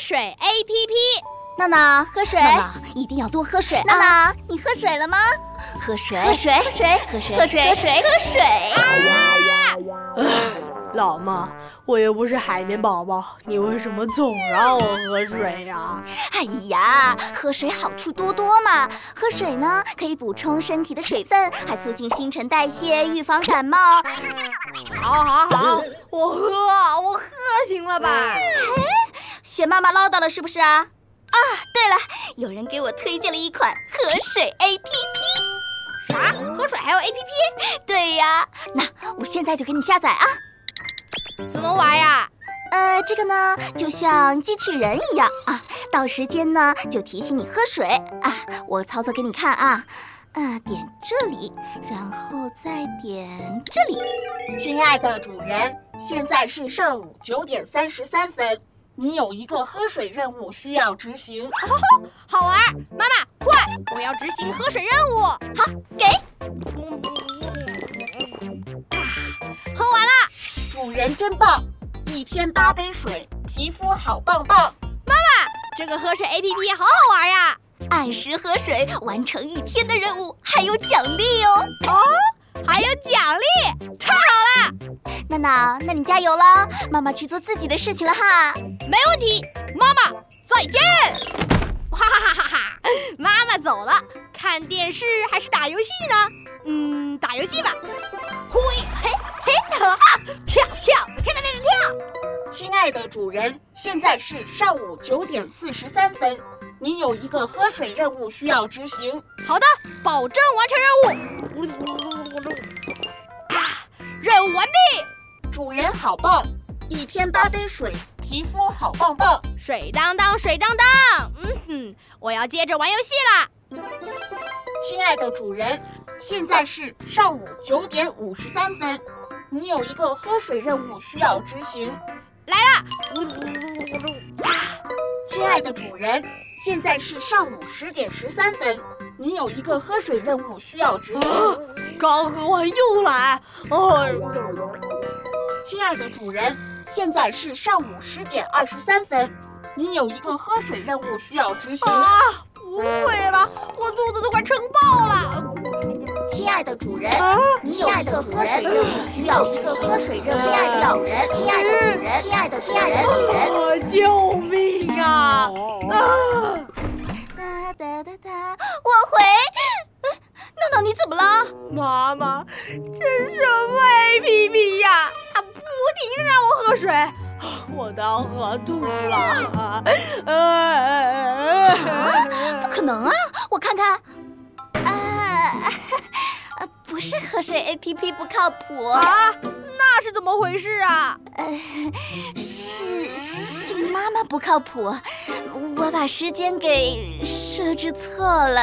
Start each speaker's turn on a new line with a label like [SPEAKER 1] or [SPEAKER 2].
[SPEAKER 1] 水 APP。娜娜，喝水。
[SPEAKER 2] 娜娜一定要多喝水
[SPEAKER 1] 娜
[SPEAKER 2] 啊！
[SPEAKER 1] 娜，你喝水了吗？
[SPEAKER 2] 喝水，
[SPEAKER 1] 喝水，喝水，
[SPEAKER 2] 喝水，
[SPEAKER 1] 喝水，喝水，喝水。
[SPEAKER 3] 老妈，我又不是海绵宝宝，你为什么总让我喝水啊呀、
[SPEAKER 2] 哎呀，喝水好处多多嘛！喝水呢，可以补充身体的水分，还促进新陈代谢，预防感冒。
[SPEAKER 3] 好好 好，我喝，我喝，行了吧？
[SPEAKER 2] 嫌妈妈唠叨了是不是啊？啊，对了，有人给我推荐了一款喝水 APP。
[SPEAKER 3] 啥？喝水还有 A P
[SPEAKER 2] 对呀，那我现在就给你下载啊。
[SPEAKER 3] P 怎么玩呀？
[SPEAKER 2] 呃，这个呢，就像机器人一样啊，到时间呢就提醒你喝水啊。我操作给你看啊，呃，点这里，然后再点这里。
[SPEAKER 4] 亲爱的主人，现在是上午九点三十三分，你有一个喝水任务需要执行。
[SPEAKER 3] 哦好玩，妈妈，快，我要执行喝水任务。好，
[SPEAKER 2] 给。
[SPEAKER 3] 喝完了，
[SPEAKER 4] 主人真棒，一天八杯水，皮肤好棒棒。
[SPEAKER 3] 这个喝水 A P P 好好玩呀！
[SPEAKER 2] 按时喝水，完成一天的任务，还有奖励哦。
[SPEAKER 3] 还有奖励，
[SPEAKER 2] 娜娜，那你加油啦！妈妈去做自己的事情了哈。
[SPEAKER 3] 没问题。妈妈，再见。哈哈哈哈哈！妈妈走了，看电视还是打游戏呢？嗯，打游戏吧。嘿嘿嘿！啊，跳跳跳跳跳跳！
[SPEAKER 4] 亲爱的主人，现在是上午九点四十三分，你有一个喝水任务需要执行。
[SPEAKER 3] 好的，保证完成任务。啊，任务完毕，
[SPEAKER 4] 主人好棒，一天八杯水，皮肤好棒棒。
[SPEAKER 3] 水当当，水当当。嗯哼，我要接着玩游戏啦。
[SPEAKER 4] 亲爱的主人，现在是上午九点五十三分，你有一个喝水任务需要执行。亲爱的主人，现在是上午十点十三分，你有一个喝水任务需要执行。
[SPEAKER 3] 刚喝完又来，哎，
[SPEAKER 4] 亲爱的主人，现在是上午十点二十三分，你有一个喝水任务需要执行。
[SPEAKER 3] 啊，不会吧，我肚子都快撑爆了。
[SPEAKER 4] 亲爱的主人，
[SPEAKER 3] 啊，
[SPEAKER 4] 你有一个喝水任务需要一个喝水任务。
[SPEAKER 1] 亲爱的主人，亲爱的主人，亲爱的亲爱的主人。
[SPEAKER 3] 啊救命啊！啊！
[SPEAKER 2] 哒哒哒哒，往回。 呃娜娜，你怎么了？
[SPEAKER 3] 妈妈，这是什么 A P P 呀？它不停的让我喝水，啊我都要喝吐了。啊
[SPEAKER 2] 不可能啊！我看看，啊，呃， 不是喝水 APP 不靠谱，
[SPEAKER 3] 啊！那是怎么回事啊？
[SPEAKER 2] 是是妈妈不靠谱，我把时间给设置错了。